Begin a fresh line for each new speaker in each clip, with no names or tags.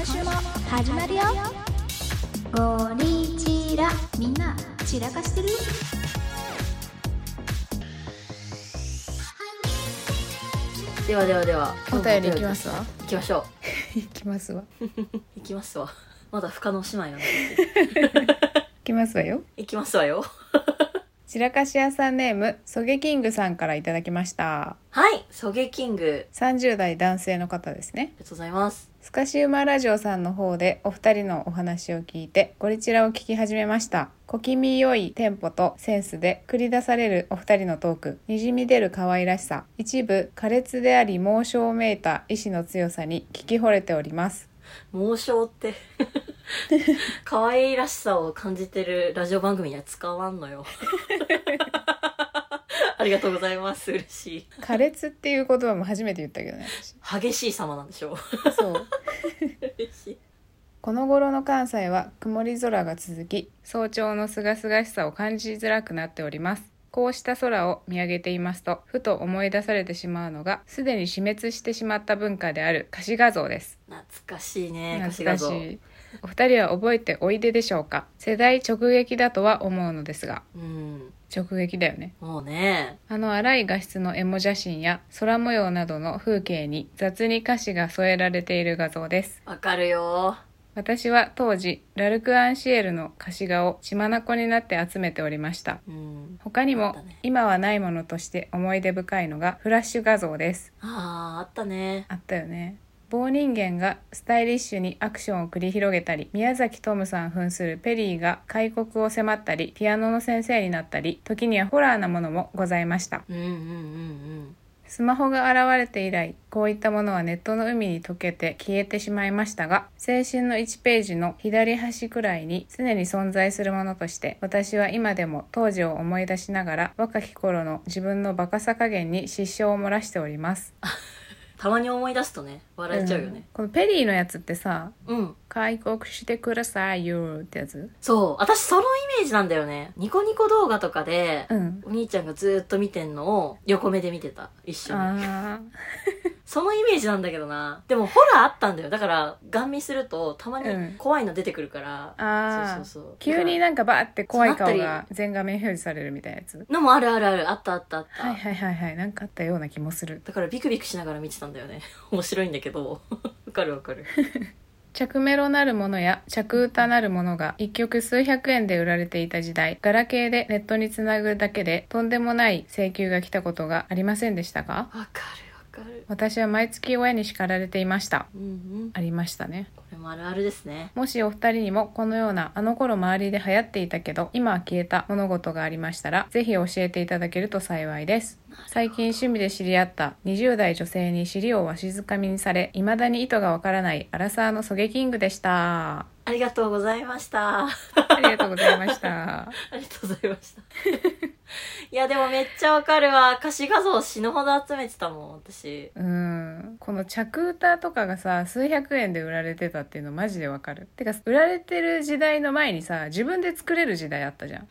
始まるよゴリチラみんな散らかしてる
ではではでは
お便りいきますわ
行きましょ
いきますわ
う行きますわまだ不可能姉妹なんで
いきますわよ
行きますわよ
散らかし屋さんネームソゲキングさんからいただきました
はいソゲキングあり
30代男性の方ですね
がとうございます
スカシウマラジオさんの方でお二人のお話を聞いてゴリチラを聞き始めました小気味良いテンポとセンスで繰り出されるお二人のトークにじみ出る可愛らしさ一部苛烈であり猛暑をめいた意志の強さに聞き惚れております
猛暑って 可愛らしさを感じてるラジオ番組には使わんのよ ありがとうございます嬉しい
苛烈っていう言葉も初めて言ったけどね 私
激しい様なんでしょう
そう
嬉しい
この頃の関西は曇り空が続き早朝の清々しさを感じづらくなっておりますこうした空を見上げていますとふと思い出されてしまうのがすでに死滅してしまった文化である歌詞画像です
懐かしいね歌詞
懐
画
かし
像
いお二人は覚えておいででしょうか世代直撃だとは思うのですが
うん
直撃だよね
もうね
あの荒い画質のエモ写真や空模様などの風景に雑に歌詞が添えられている画像です
わかるよ
私は当時ラルク・アンシエルの歌詞画を血眼になって集めておりました
うん
他に
あっ
も
たね
今はないものとして思い出深いのがフラッシュ画像です
あああったね
あったよね棒人間がスタイリッシュにアクションを繰り広げたり宮崎トムさん扮するペリーが開国を迫ったりピアノの先生になったり時にはホラーなものもございました
うんうんうん
スマホが現れて以来、こういったものはネットの海に溶けて消えてしまいましたが、青春の1ページの左端くらいに常に存在するものとして、私は今でも当時を思い出しながら、若き頃の自分のバカさ加減に失笑を漏らしております。
たまに思い出すとね笑えちゃうよね
んこのペリーのやつってさ、
うん、
開国してくださいよってやつ
そう私そのイメージなんだよねニコニコ動画とかで、
うん。
お兄ちゃんがずーっと見てんのを横目で見てた一緒に
あ
そのイメージなんだけどなでもホラーあったんだよだからガン見するとたま
うん
に怖いの出てくるから、
ーあー。
そうそうそう
急になんかバーって怖い顔
そうな
が全画面表示されるみたいなやつ。
のもあるあるあるあったあったあった、
はいはいはいはい。なんかあったような気もする。
だからビクビクしながら見てたんだよね 面白いんだけど わかるわかる
着メロなるものや着歌なるものが一曲数百円で売られていた時代ガラケーでネットにつなぐだけでとんでもない請求が来たことがありませんでしたか
わかるわかる
私は毎月親に叱られていました
うんうん
ありましたね
これもあるあるですね
もしお二人にもこのようなあの頃周りで流行っていたけど今は消えた物事がありましたらぜひ教えていただけると幸いです最近趣味で知り合った20代女性に尻をわしづかみにされ未だに意図がわからないアラサーのソゲキングでした
ありがとうございましたあ
ありがとうございました。
りがとうございました いやでもめっちゃわかるわ歌詞画像死ぬほど集めてたもん私
うん。この着歌とかがさ、数百円で売られてたっていうのマジでわかる。てか、売られてる時代の前にさ、自分で作れる時代あったじゃん。
あっ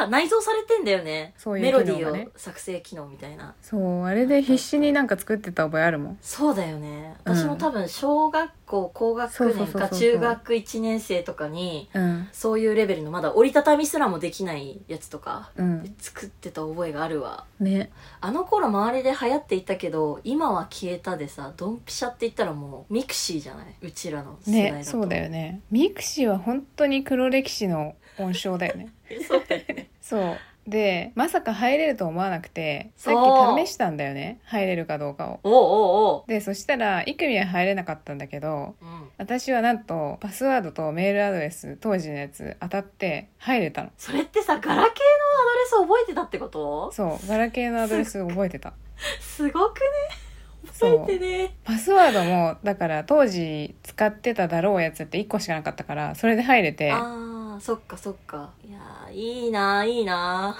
たー内蔵されてんだよね
そういう
メ
機能
ロ
がね
ディーを作成機能みたいな
そう、あれで必死になんか作ってた覚えあるもん。
そうだよね
うん
私も多分小学校高
そう
学
そう
年
そうそう
か
そう
中学1年生とかに
うん。
そういうレベルのまだ折りたたみすらもできないやつとか
うん。
作ってた覚えがあるわ
ね。
あの頃周りで流行っていたけど今は消えたでさドンピシャって言ったらもうミクシーじゃないうちらの世代だと
ね、そうだよね。ミクシーは本当に黒歴史の温床だよね。
そうだよね
そう。で、まさか入れると思わなくて、さ
そ
っ
う
き試したんだよね。入れるかどうかを。
おうおうお
で、そしたら、イクミは入れなかったんだけど、
う、うん、
私はなんとパスワードとメールアドレス当時のやつ当たって入れたの
それってさガラケーのアドレス覚えてたってこと
そうガラケーのアドレス覚えてた
すごくね
そ
覚
う
えてね
パスワードもだから当時使ってただろうやつって1個しかなかったからそれで入れて
あーそっかそっかいやーいいないいな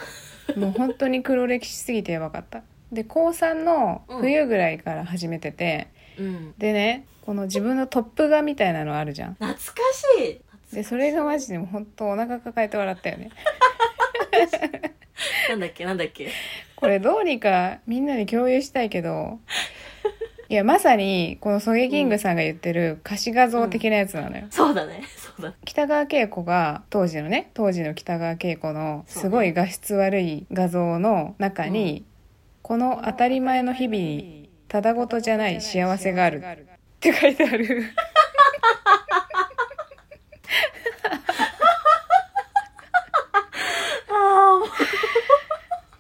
もう本当に黒歴史すぎてやばかったで高3の冬ぐらいから始めてて、
うん
でねこの自分のトップ画みたいなのあるじゃん
懐かしい
でそれがマジでもう本当お腹抱えて笑ったよね
なんだっけなんだっけ
これどうにかみんなに共有したいけどいやまさにこのソゲキングさんが言ってる歌詞画像的なやつなのよ、
そうだねそうだね
北川景子が当時のね当時の北川景子のすごい画質悪い画像の中に、この当たり前の日々にただごとじゃない幸せがあるって書いてある
あ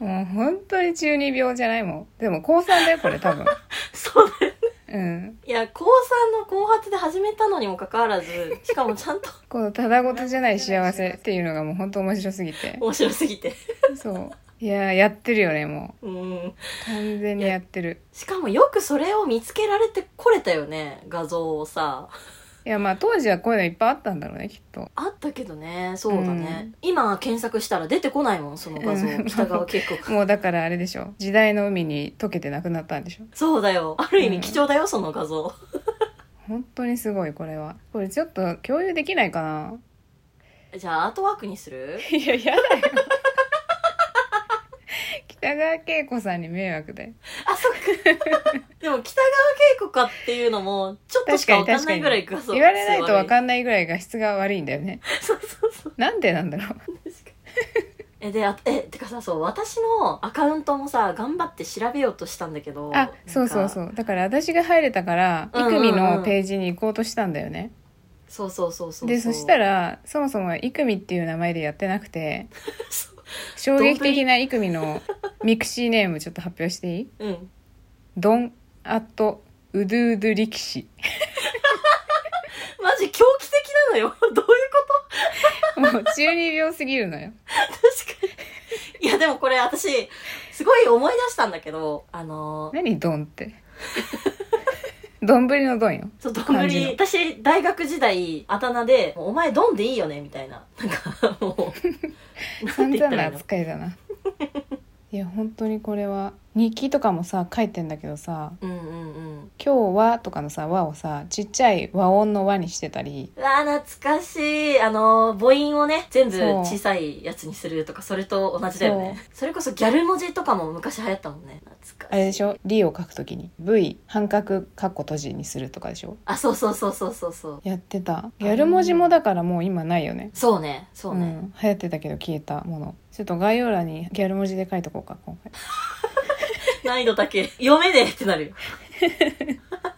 あ
もう本当に中二病じゃないもんでも高3だよこれ多分
そうだよ
うん
いや高3の後発で始めたのにもかかわらずしかもちゃん と
このただごとじゃない幸せっていうのがもう本当面白すぎて
面白すぎて
そういややってるよねも
うん
う完全にやってる
しかもよくそれを見つけられてこれたよね画像をさ
いやまあ当時はこういうのいっぱいあったんだろうねきっと
あったけどねそうだね、今検索したら出てこないもんその画像、
うん
北川景子が
もうだからあれでしょ時代の海に溶けてなくなったんでしょ
そうだよある意
う
味
ん
貴重だよ、その画像
本当にすごいこれはこれちょっと共有できないかな
じゃあアートワークに する
いややだよ北川景子さんに迷惑 で
あそっかでも北川景子かっていうのもちょっとし
確
か
かに
分かん
確
な
か
い
に
ぐらい画像
言われないと分
ん
かんないぐらい画質が悪いんだよね
ないそうそうそう
なんでなんだろう
確かにえであえてかさそう私のアカウントもさ頑張って調べようとしたんだけど
あそうそう
う
そうだから私が入れたから
うんうん
イク
うん
ミのページに行こうとしたんだよね、
そうそうそうそう
でそした
ら
らそもそもイクミっていう名前でやってなく て衝撃的なイクミのミクシーネームちょっと発表していい
うん
ドン・アット・ウドゥドゥ力士
マジ狂気的なのよ どういうこと
もう中二病すぎるの よ
確かにいやでもこれ私すごい思い出したんだけどあの
何ドンってどんぶりのドンよ
ちょっと無
感じの
理私大学時代あだ名で「お前ドンでいいよね」みたいななんかもうな
散
んて
々
言ったら
ない
いの
扱いだないや本当にこれは日記とかもさ書いてんだけどさ
うんうんうん
「今日は」とかのさ「和」をさちっちゃい和音の「和」にしてたり
うわー懐かしいあの母音をね全部
そう
小さいやつにするとかそれと同じだよねそれこそギャル文字とかも昔流行ったもんね懐かしい
あれでしょ「り」を書くときに「V」半角カッコ閉じにするとかでしょ
あそうそうそうそうそうそう
やってたギャル文字もだからもう今ないよね
そうねそうね、
ん、流行ってたけど消えたものちょっと概要欄にギャル文字で書いとこうか今回
難易度だけ読めねえってなるよ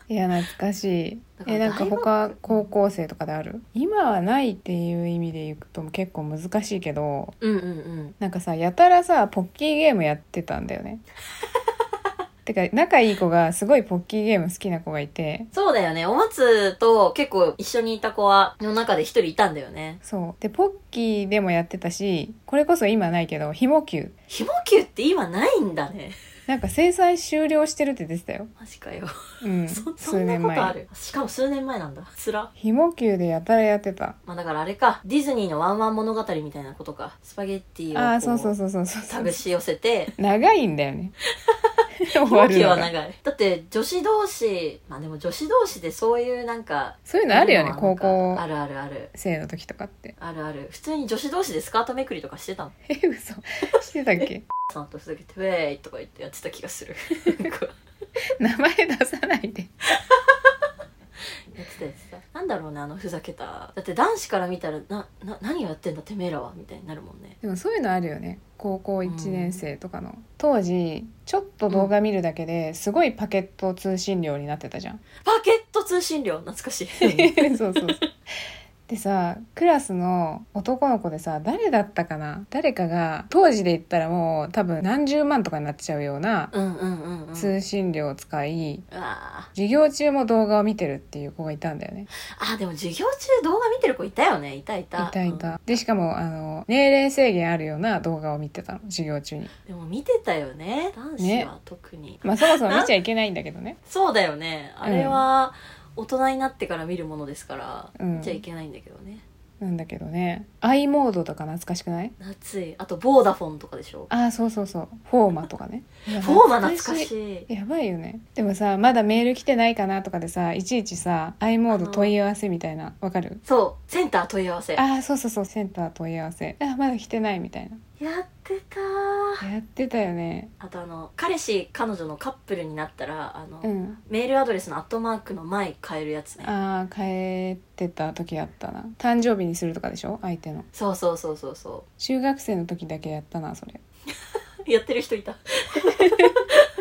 いや懐かしい
だから
えなんか
大学
他高校生とかである今はないっていう意味でいくと結構難しいけど
うんうんうん
なんかさやたらさポッキーゲームやってたんだよ ねてか仲いい子がすごいポッキーゲーム好きな子がいて
そうだよね。お松と結構一緒にいた子は、の中で一人いたんだよね。
そうでポッキーでもやってたしこれこそ今ないけどひもきゅう
ひもきゅうって今ないんだね。
なんか生産終了してるって出てたよ、
マジかよ。
うん、
そ、そんなことある。しかも数年前なんだ。つら。
ひもきゅうでやたらやってた
まあだからあれか、ディズニーのワンワン物語みたいなことか。スパゲッティをこう、
ああそうそうそうそうそう
タグし寄せて、
長いんだよ ね 終
ひも
わる
きゅう
の
は
が
長い。だって女子同士、まあでも女子同士でそういうなんか、
そういうのあるよね
なんか
高校
あるあるある。
生の時とかって
あるある。普通に女子同士でスカートめくりとかしてたの。
え嘘してたっ け
さんとふざけて、ウェーイとか言ってやってた気がする。 なんか
名前出さないで
やってたやってたなんだろうねあのふざけただって男子から見たらなな何をやってんだてめえらはみたいになるもんね
でもそういうのあるよね高校
う
1
ん
年生とかの、当時ちょっと動画見るだけですごいパケット通信量になってたじゃん、
パケット通信料懐かしい
そうそうそうでさクラスの男の子でさ誰だったかな誰かが当時で言ったらもう多分何十万とかになっちゃうような
うんうんうんうん
通信量を使い、
うわ
授業中も動画を見てるっていう子がいたんだよね
ーあでも授業中動画見てる子いたよねいたいた
いたい
うん
たでしかもあの年齢制限あるような動画を見てたの授業中に
でも見てたよね男子
ね
は特に、
まあそもそも見ちゃいけないんだけどね
そうだよねあれは大人になってから見るものですから、
うん
見ちゃいけないんだけどね
なんだけどね i モードとか懐かしくない
夏いあとボーダフォンとかでしょ
ああそうそうそうフォーマとかね
フォーマ懐かしい
やばいよねでもさまだメール来てないかなとかでさいちいちさ i モード問い合わせみたいなわかる
そうセンター問い合わせ
ああそうそうそうセンター問い合わせあーまだ来てないみたいな
えやってた
やってたよね
あとあの彼氏彼女のカップルになったらあの、
うん
メールアドレスのアットマークの前変えるやつね
ああ帰ってた時あったな誕生日にするとかでしょ相手の
そうそうそうそうそ
中学生の時だけやったなそれ
う やってる人いた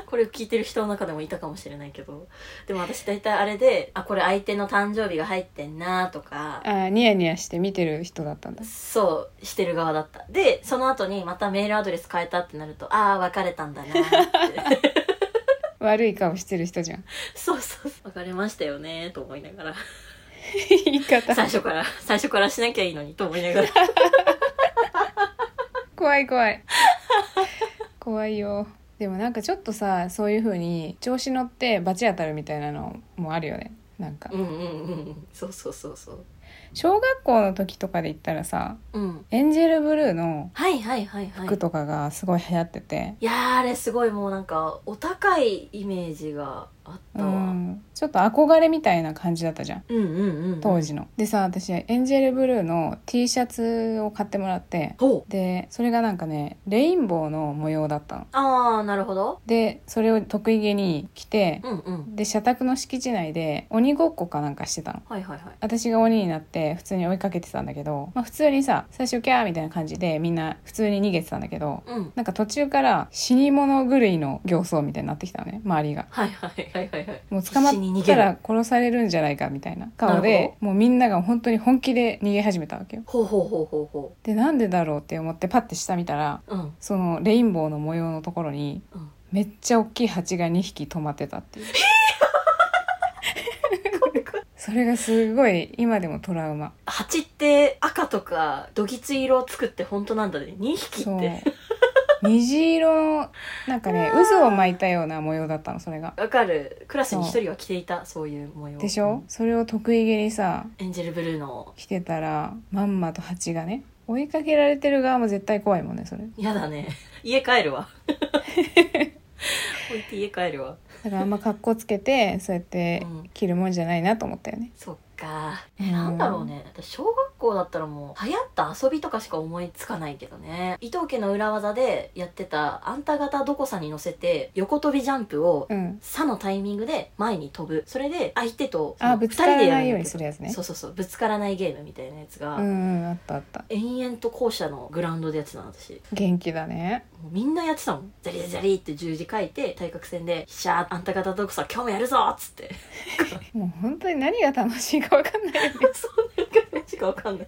これを聞いてる人の中でもいたかもしれないけどでも私大体あれであこれ相手の誕生日が入ってんなとか
あーニヤニヤして見てる人だったんだ
そうしてる側だったでその後にまたメールアドレス変えたってなるとああ別れたんだな って
悪い顔してる人じゃん
そうそう別れましたよねと思いながら
言い方
最初から最初からしなきゃいいのにと思いながら
怖い怖い怖いよでもなんかちょっとさそういう風に調子乗って罰当たるみたいなのもあるよねなんか
うんうんうんうんそうそうそうそう
小学校の時とかで言ったらさ
うん
エンジェルブルーの
はいはいはいはい
服とかがすごい流行ってて、
いやーあれすごいもうなんかお高いイメージがあった
う
わ、うん、
ん、ちょっと憧れみたいな感じだったじゃん
うんうんうん
当時の、でさ私エンジェルブルーの T シャツを買ってもらって
ほう
でそれがなんかねレインボーの模様だったの
ああなるほど
でそれを得意げに着て
うんうん
で社宅の敷地内で鬼ごっこかなんかしてたの
はいはいはい
私が鬼になって普通に追いかけてたんだけど、まあ、普通にさ最初キャーみたいな感じでみんな普通に逃げてたんだけど
うん
なんか途中から死に物狂いの形相みたいになってきたのね周りが
はいはいはいはいはい
もう捕まっ
必死に逃げ
た
る
ら殺されるんじゃないかみたいな顔
なる
でもうみんなが本当に本気で逃げ始めたわけよ
ほうほうほうほうほ
でなんでだろうって思ってパッて下見たら
ううん
そのレインボーの模様のところに
うん
めっちゃ大きい蜂が2匹止まってた っていうそれがすごい今でもトラウマ
蜂って赤とかどぎつい色を作って本当なんだね2匹
そう
って
虹色のなんかね渦を巻いたような模様だったのそれが
わかるクラスに一人は着ていたそういう模様
でしょそれを得意げにさ
エンジェルブルーの
着てたらまんまと蜂がね追いかけられてる側も絶対怖いもんねそれ
やだね 家 帰るわ置いて家帰るわ
だからあんま格好つけてそうやって
うん
着るもんじゃないなと思ったよね
そっか
うん
えなんだろうね私小学校だったらもう流行った遊びとかしか思いつかないけどね伊藤家の裏技でやってたあんた方どこさに乗せて横跳びジャンプを
うん
さのタイミングで前に飛ぶそれで相手と
あぶつからないようにす
る
るやつね
そうそうそうぶつからないゲームみたいなやつが、
うんうんあったあった
延々と校舎のグラウンドでやってたの私
元気だね
もうみんなやってたもんザリザリザリって十字書いて対角線で「シャーあんた方どこさ今日もやるぞ!」っつって
もう本当に何が楽しいか分かん ないよね
そうなんかどっちかわかんない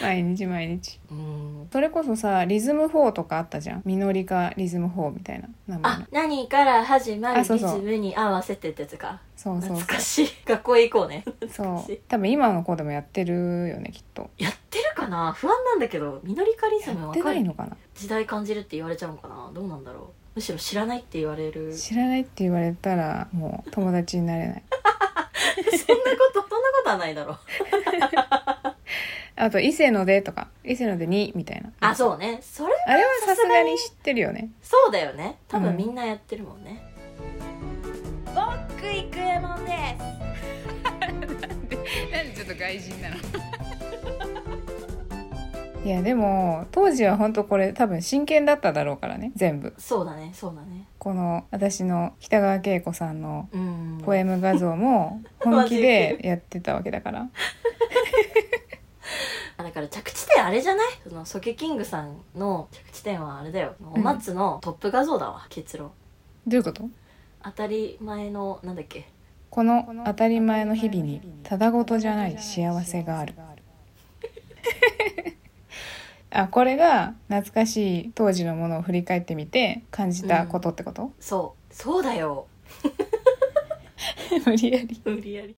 毎日毎日
うん
それこそさリズム4とかあったじゃん実りかリズム4みたいな名前
あ
の
何から始まる
あそ
リ
うそ
ズ
う
ムに合わせてってやつか
そうそう
懐
そう
かしい 学校へ行こうね
そ
し
う
い
多分今の子でもやってるよねきっと
やってるかな不安なんだけどみのりかリズ
や
ム
っ
わ
て
か
ない
る
のかな
時代感じるって言われちゃうのかなどうなんだろうむしろ知らないって言われ るそ
知らないって言われたらもう友達になれない
んなことそんなことはないだろう
あと「伊勢ので」とか「伊勢ので2」みたいな
あそうねそれ
あれはさすがに知ってるよね
そうだよね多
う
分
ん
みんなやってるもんね、僕いくえもんで
な
す
んでちょっと外人なのいやでも当時は本当これ多分真剣だっただろうからね全部
そうだねそうだね
この私の北川景子さんの
うん
ポエム画像 も本気でやってたわけだから
あだから着地点あれじゃないそのソケキングさんの着地点はあれだよお松のトップ画像だわ、結論
どういうこと
当たり前のなんだっけ
この当たり前の日々にただごとじゃない幸せがある あこれが懐かしい当時のものを振り返ってみて感じたことってこと、
そうそうだよ
無理やり
無理やり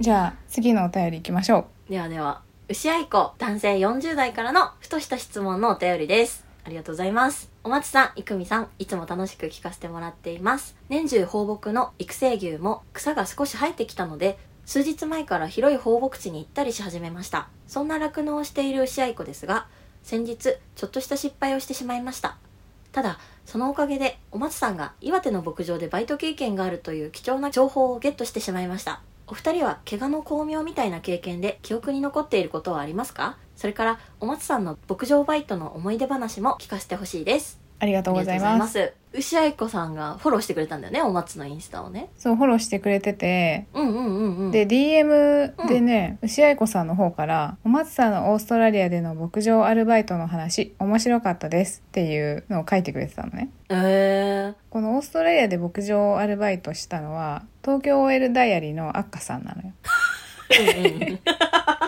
じゃあ次のお便りいきましょう
ではでは牛愛子男性40代からのふとした質問のお便りですありがとうございますお松さん、いくみさん、いつも楽しく聞かせてもらっています。年中放牧の育成牛も草が少し生えてきたので、数日前から広い放牧地に行ったりし始めました。そんな酪農をしている牛愛子ですが、先日、ちょっとした失敗をしてしまいました。ただ、そのおかげで、お松さんが岩手の牧場でバイト経験があるという貴重な情報をゲットしてしまいました。おお二人は怪我の巧妙みたいな経験で記憶に残っていることはありますかそれからお松さんの牧場バイトの思い出話も聞かせてほしいです
ありが
あ
とうございます
りがとうございます牛愛子さんがフォローしてくれたんだよねお松のインスタをね
そうフォローしてくれてて
うんうんうんうん
で DM でね、牛愛子さんの方から「お松さんのオーストラリアでの牧場アルバイトの話面白かったです」っていうのを書いてくれてたのね
え
このオーストラリアで牧場アルバイトしたのは東京 OL ダイアリーのアッカさんなのよ
ー、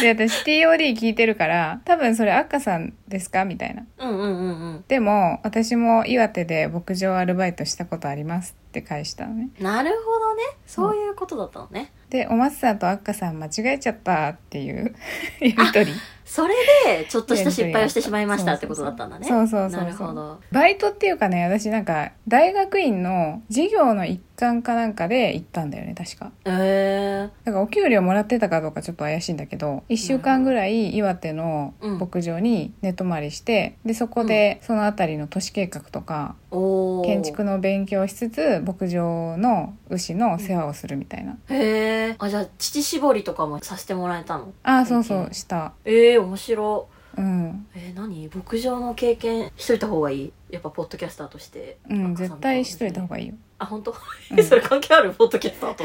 で私 TOD 聞いてるから多分それアッカさんですかみたいな
うんうんうんうんうん
でも私も岩手で牧場アルバイトしたことありますって返したのね
なるほどねそういうことだったのね、
でお松さんとアッカさん間違えちゃったっていう やりとり
それでちょっとした失敗をしてしまいましたってことだったんだね
そうそうそうそう
なるほど
バイトっていうかね私なんか大学院の授業の一環かなんかで行ったんだよね確か
え
だからお給料もらってたかどうかちょっと怪しいんだけど1週間ぐらい岩手の牧場に寝泊まりして、でそこでその辺りの都市計画とか
ー、おお
建築の勉強をしつつ牧場の牛の世話をするみたいな、
へえあじゃあ乳搾りとかもさせてもらえたの
ああそうそ
経
うした
ええ面白
うん
えー、何牧場の経験しといた方がいいやっぱポッドキャスターとして
うん絶対しといた方が
いい
いいよ、
あ本当、
うん
それ関係あるポッドキャスターと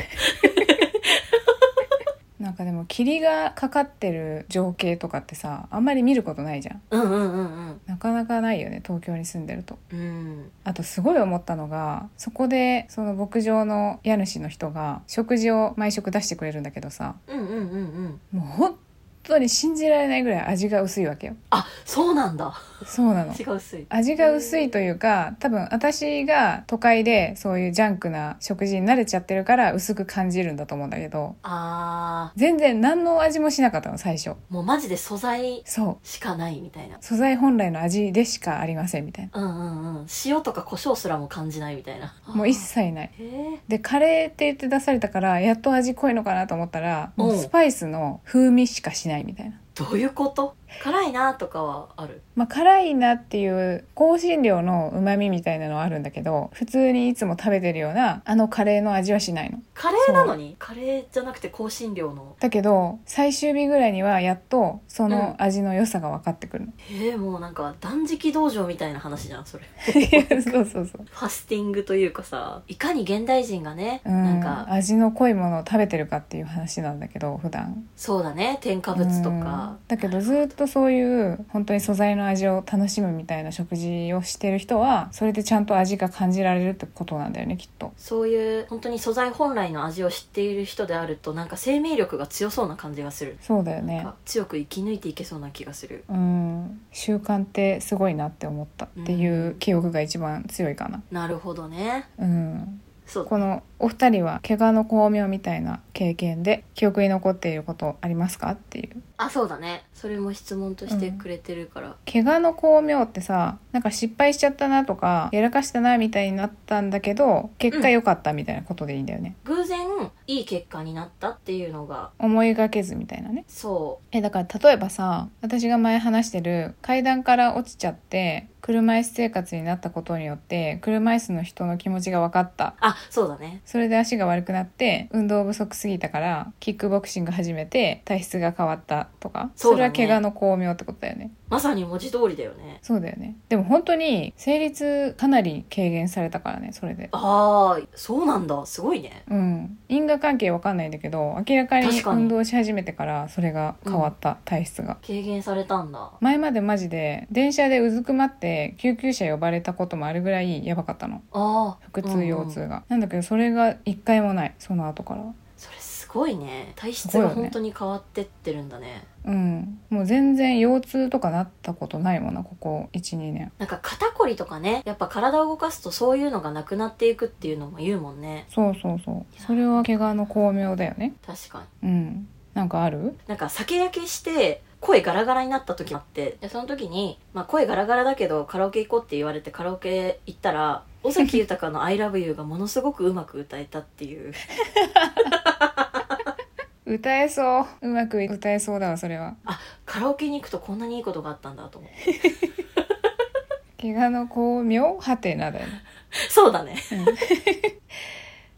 なんかでも霧がかかってる情景とかってさあんまり見ることないじゃん
うんうんうん
なかなかないよね東京に住んでると
うんうん
あとすごい思ったのがそこでその牧場の家主の人が食事を毎食出してくれるんだけどさ
うんうんうんうん
もう本当に信じられないぐらい味が薄いわけよ
あそうなんだ
そうなの
違う薄い
味が薄いというか多分私が都会でそういうジャンクな食事に慣れちゃってるから薄く感じるんだと思うんだけど
あ
全然何の味もしなかったの最初
ーもうマジで素材
そう
しかないみたいな
素材本来の味でしかありませんみたい
うんうんうん塩とか胡椒すらも感じないみたいな
なもう一切ない
へえ
でカレーって言って出されたからやっと味濃いのかなと思ったらもう
おう
スパイスの風味しかしないみたいな
どういうこと辛いなとかはある
まあ辛いなっていう香辛料の旨味みたいなのはあるんだけど普通にいつも食べてるようなあのカレーの味はしないの
カレーなのにカレーじゃなくて香辛料の
だけど最終日ぐらいにはやっとその味の良さが分かってくるの、
えー、もうなんか断食道場みたいな話じゃん それ
そうそうそう
ファスティングというかさいかに現代人がね、
うん
なんか
味の濃いものを食べてるかっていう話なんだけど普段
そうだね添加物とか
うんだけどずっとそういう本当に素材の味を楽しむみたいな食事をしてる人はそれでちゃんと味が感じられるってことなんだよねきっと
そういう本当に素材本来の味を知っている人であるとなんか生命力が強そうな感じがする、
そうだよ
なん
ね
か強く生き抜いていけそうな気がする
うん習慣ってすごいなって思ったっていう記憶が一番強いかな
なるほどね
うん
そう
このお二人は怪我の巧妙みたいな経験で記憶に残っていることありますかっていう
あそうだねそれも質問としてくれてるから、
怪我の巧妙ってさなんか失敗しちゃったなとかやらかしたなみたいになったんだけど結果良かったみたいなことでいいんだよね、
偶然いい結果になったっていうのが
思いがけずみたいなね
そ
えだから例えばさ私が前話してる階段から落ちちゃって車椅子生活になったことによって車椅子の人の気持ちが分かった
うあそうだね
それで足が悪くなって運動不足すぎたからキックボクシング始めて体質が変わったとか
そ
そうれ
だね
は怪我の巧妙ってことだよね
まさに文字通りだよね
そうだよねでも本当に生理痛かなり軽減されたからねそれで
ああそうなんだすごいね
うん因果関係わかんないんだけど明らかに
確かに
運動し始めてからそれが変わった体質が
軽減されたんだ
前までマジで電車でうずくまって救急車呼ばれたこともあるぐらいやばかったの
ああ
腹痛腰痛
うんうん
が、なんだけどそれが一回もないその後から
それすごいね体質
すごい
が
よね
本当に変わってってるんだね
うんもう全然腰痛とかなったことないもんなここ12年
なんか肩こりとかねやっぱ体を動かすとそういうのがなくなっていくっていうのも言うもんね
そうそうそうそれは怪我の巧妙だよね
確かに
うんなんかある
なんか酒焼けして声ガラガラになった時があってでその時に、まあ、声ガラガラだけどカラオケ行こうって言われてカラオケ行ったら尾崎 豊の「ILOVEYOU」がものすごくうまく歌えたっていう
歌えそううまく歌えそうだわそれは
カラオケに行くとこんなにいいことがあったんだと思って
怪我の巧妙はてなだよね
そうだね
うん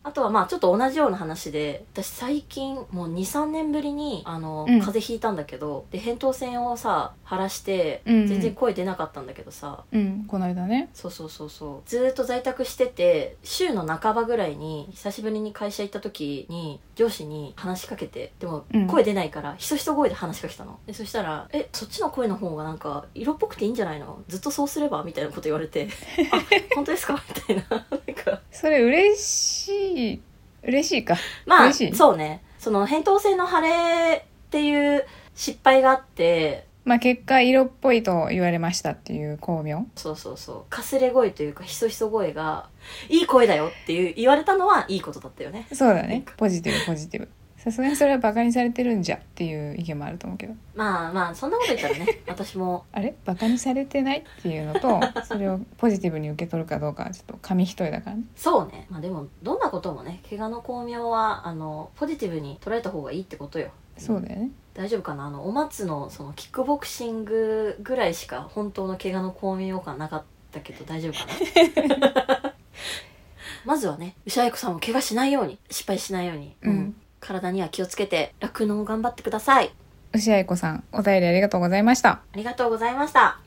あととはまあちょっと同じような話で私最近もう23年ぶりにあの、
うん
風邪ひいたんだけどで扁桃腺をさ腫らして
うんうん
全然声出なかったんだけどさ、
うんこの間ね
そうそうそうそうずーっと在宅してて週の半ばぐらいに久しぶりに会社行った時に上司に話しかけてでも
うん
声出ないからひそひそ声で話しかけたのでそしたら「えそっちの声の方がなんか色っぽくていいんじゃないのずっとそうすれば?」みたいなこと言わ れて「あ本当ですか?」みたいななんか
それ嬉しい嬉しいか
まあ
嬉しい
そうねその扁桃腺の腫れっていう失敗があって
まあ結果色っぽいと言われましたっていう巧妙
そうそうそうかすれ声というかひそひそ声が「いい声だよ」っていう言われたのはいいことだったよね
そうだねポジティブポジティブさすがにそれはバカにされてるんじゃっていう意見もあると思うけど
まあまあそんなこと言ったら ね私も
あれバカにされてないっていうの とそれをポジティブに受け取るかどうかはちょっと紙一重だからね
そうねまあでもどんなこともね怪我の巧妙はあのポジティブに捉えた方がいいってことよ
そうだよね
大丈夫かなあのお松のそのキックボクシングぐらいしか本当の怪我の巧妙感なかったけど大丈夫かな まずはね牛愛子さんも怪我しないように失敗しないように、
うん
体には気をつけて酪農を頑張ってください
牛愛子さんお便りありがとうございました
ありがとうございました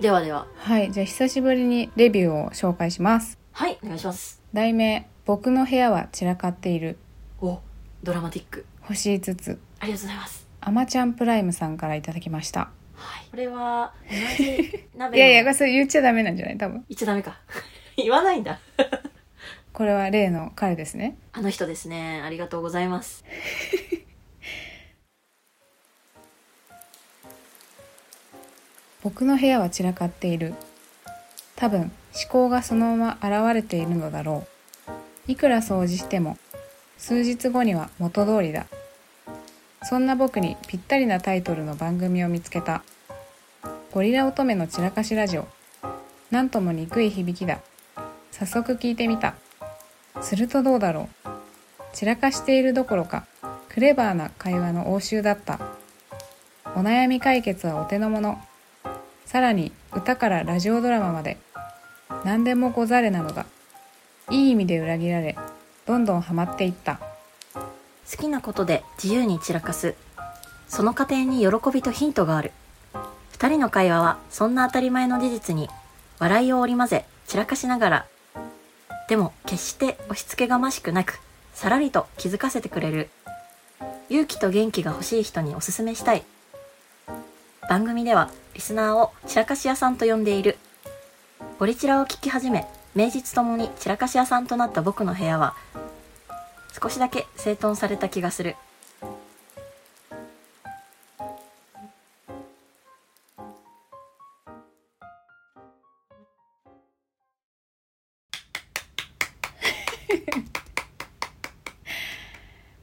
ではでは
はいじゃあ久しぶりにレビューを紹介します
はいお願いします
題名「僕の部屋は散らかっている
おドラマティック」
星5つ
ありがとうございます
あまちゃんプライムさんからいただきました
はい、これは同じ鍋
いやいやそれ言っちゃダメなんじゃない多分
言っちゃダメか 言わないんだ
これは例の彼ですね
あの人ですねありがとうございます
僕の部屋は散らかっている多分思考がそのまま現れているのだろういくら掃除しても数日後には元通りだそんな僕にぴったりなタイトルの番組を見つけたゴリラ乙女の散らかしラジオなんとも憎い響きだ早速聞いてみたするとどうだろう散らかしているどころかクレバーな会話の応酬だったお悩み解決はお手の物さらに歌からラジオドラマまで何でもござれなのがいい意味で裏切られどんどんハマっていった
好きなことで自由に散らかすその過程に喜びとヒントがある2人の会話はそんな当たり前の事実に笑いを織り交ぜ散らかしながらでも決して押し付けがましくなくさらりと気づかせてくれる勇気と元気が欲しい人におすすめしたい番組ではリスナーを散らかし屋さんと呼んでいるゴリチラを聞き始め名実ともに散らかし屋さんとなった僕の部屋は少しだけ整頓された気がする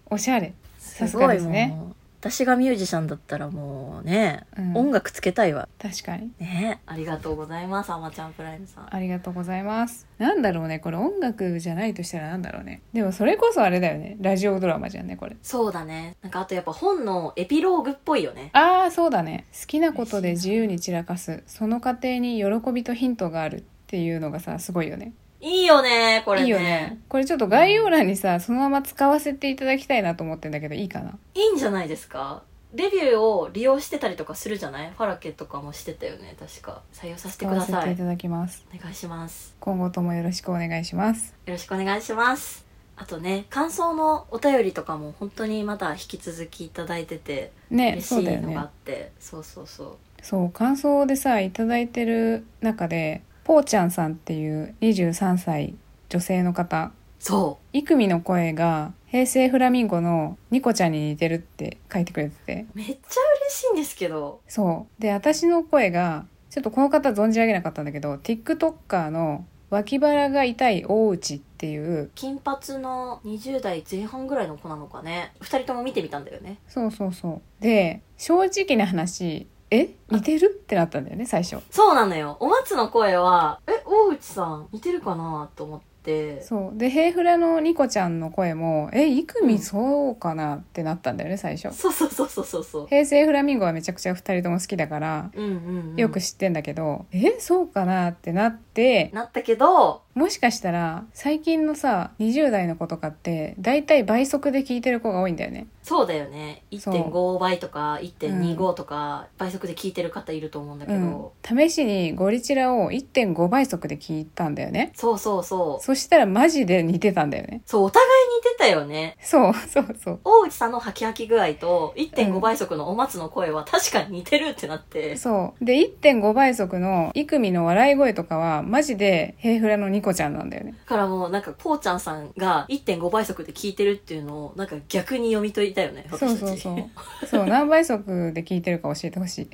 おしゃれ
す
さす
ごい
がですね
もう私がミュージシャンだったらもうね、
うん
音楽つけたいわ
確かに
ねありがとうございますあまちゃんプライムさん
ありがとうございますなんだろうねこれ音楽じゃないとしたらなんだろうねでもそれこそあれだよねラジオドラマじゃんねこれ
そうだねなんかあとやっぱ本のエピローグっぽいよね
ああそうだね好きなことで自由に散らかすその過程に喜びとヒントがあるっていうのがさすごいよね
いいよねこれね
いいよねこれちょっと概要欄にさそのまま使わせていただきたいなと思ってんだけどいいかない
いんじゃないですかレビューを利用してたりとかするじゃないファラケとかもしてたよね確か採用させ
使
てく
わ
だ
せ
さ
て
い
いただきます
お願いします
今後ともよろしくお願いします
よろしくお願いしますあとね感想のお便りとかも本当にまた引き続きいただいてて
ね
嬉し
そう
い
だよ
のがあ
ね
って、そうそうそう
そう感想でさいただいてる中でぽーちゃんさんっていう23歳女性の方
そ
イクミの声が平成フラミンゴのニコちゃんに似てるって書いてくれてて
うめっちゃ嬉しいんですけど
そうで私の声がちょっとこの方存じ上げなかったんだけど TikToker の脇腹が痛い大内っていう
金髪の20代前半ぐらいの子なのかね2人とも見てみたんだよね
そうそうそうで正直な話え似てるってなったんだよね最初
そうなのよお松の声はえ大内さん似てるかなと思っって
そうでヘイフラのニコちゃんの声も「えイクミそうかな?」ってなったんだよね最初
そうそうそうそうそうそう
平成フラミンゴはめちゃくちゃ2人とも好きだから
うんうんうん
よく知ってんだけど、えそうかなってなって
なったけど
もしかしたら最近のさ20代の子とかって大体倍速で聞いてる子が多いんだよね
そうだよね
そう
1.5倍とか1.25とか倍速で聞いてる方いると思うんだけ
う
ど、
ん試しにゴリチラを1.5倍速で聞いたんだよね
そうそうそう
そしたらマジで似てたんだよね
そうお互い似てたよね
そうそうそう
大内さんのハキハキ具合と
う
1.5
ん
倍速のお松の声は確かに似てるってなって、
そうで1.5倍速のイクミの笑い声とかはマジでヘイフラのニコちゃんなんだよね
だからもうなんかぽーちゃんさんが1.5倍速で聞いてるっていうのをなんか逆に読み解いたよね
そう
私た
そう
ち
そうそう何倍速で聞いてるか教えてほし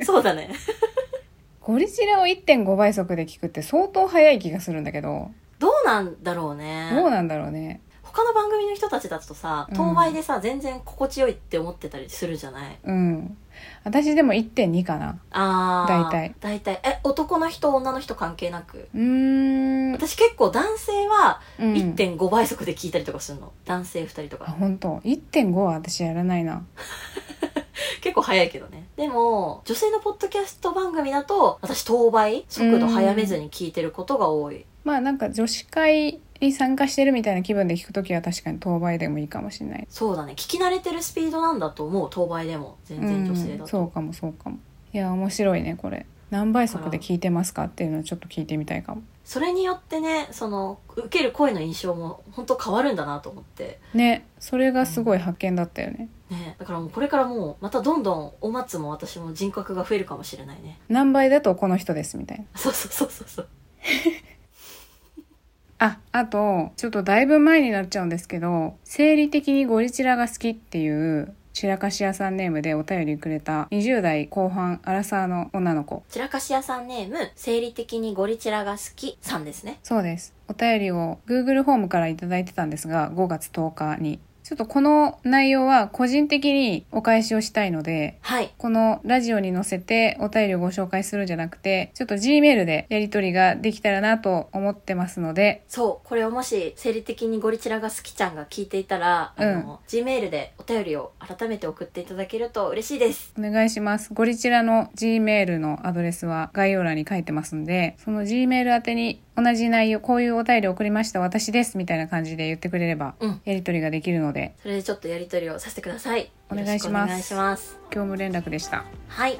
い
そうだね
ゴリチラを1.5倍速で聞くって相当早い気がするんだけど
どうなんだろうね
どうなんだろうね
他の番組の人たちだとさ
うん
当倍でさ、全然心地よいって思ってたりするじゃない
うん私でも1.2かな
ああ
大体
大体え男の人女の人関係なく
うーん、うん、
私結構男性は1.5倍速で聞いたりとかするの、男性2人と
あ
か
本当1.5は私やらないな
結構早いけどねでも女性のポッドキャスト番組だと私当倍速度早めずに聞いてることが多い
まあなんか女子会に参加してるみたいな気分で聞くときは確かに当倍でもいいかもしれない
そうだね聞き慣れてるスピードなんだと思う当倍でも全然女性
う
だ
ん
と、
そうかもそうかもいや面白いねこれ何倍速で聞いてますかっていうのをちょっと聞いてみたいかも
それによってねその受ける声の印象も本当変わるんだなと思って
ねそれがすごい発見だったよね、
ねだからもうこれからもうまたどんどんお松も私も人格が増えるかもしれないね
何倍だとこの人ですみたいな
そうそうそうそうそう
ああとちょっとだいぶ前になっちゃうんですけど生理的にゴリチラが好きっていう散らかし屋さんネームでお便りくれた20代後半アラサーの女の子
散らかし屋さんネーム生理的にゴリチラが好きさんですね
そうです。お便りを Google フォームからいただいてたんですが、5月10日に。ちょっとこの内容は個人的にお返しをしたいので、
はい
このラジオに載せてお便りをご紹介するんじゃなくて、ちょっと Gmail でやり取りができたらなと思ってますので、
そうこれをもし生理的にゴリチラが好きちゃんが聞いていたら、あの G メールでお便りを改めて送っていただけると嬉しいです
お願いします。ゴリチラの Gmail のアドレスは概要欄に書いてますんで、その Gmail 宛てに同じ内容、こういうお便り送りました、私です、みたいな感じで言ってくれれば、
うん
やり取りができるので、
それでちょっとやり取りをさせてください
お願いします
よろくお願いします
業務連絡でした。
はい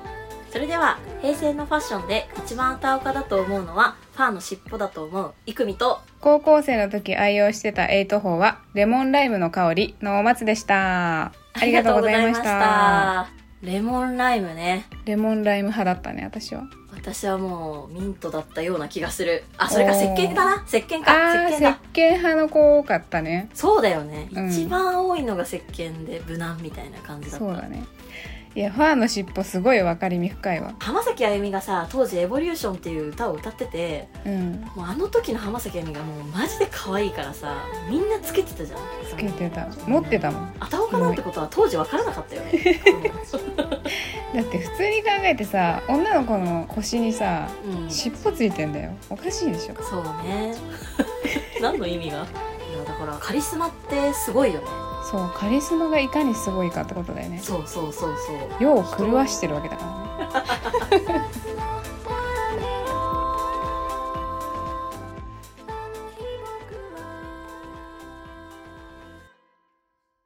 それでは平成のファッションで一番あたおかだと思うのはファーの尻尾だと思うイクミと
高校生の時愛用してたエイト法はレモンライムの香りのお松でしたありがとうございました
ありがとうございましたレモンライムね
レモンライム派だったね私は
私はもうミントだったような気がするあそれか石鹸だな石鹸か
あー
石鹸
石
だ
鹸派の子多かったね
そうだよね、
うん
一番多いのが石鹸で無難みたいな感じだった
そうだねいやファーの尻尾すごい分かりみ深いわ
浜崎あゆみがさ当時「エボリューション」っていう歌を歌ってて
うん
もうあの時の浜崎あゆみがもうマジで可愛いからさみんなつけてたじゃん
つけてた持ってたもん
あたおかなんてことは当時わからなかった よね。
だって普通に考えてさ女の子の腰にさ
うん、うん
尻尾ついてんだよおかしいでしょ
そう ね。何の意味がいやだからカリスマってすごいよね。
そうカリスマがいかにすごいかってことだよね
そうそうそうそう。
世を狂わしてるわけだからね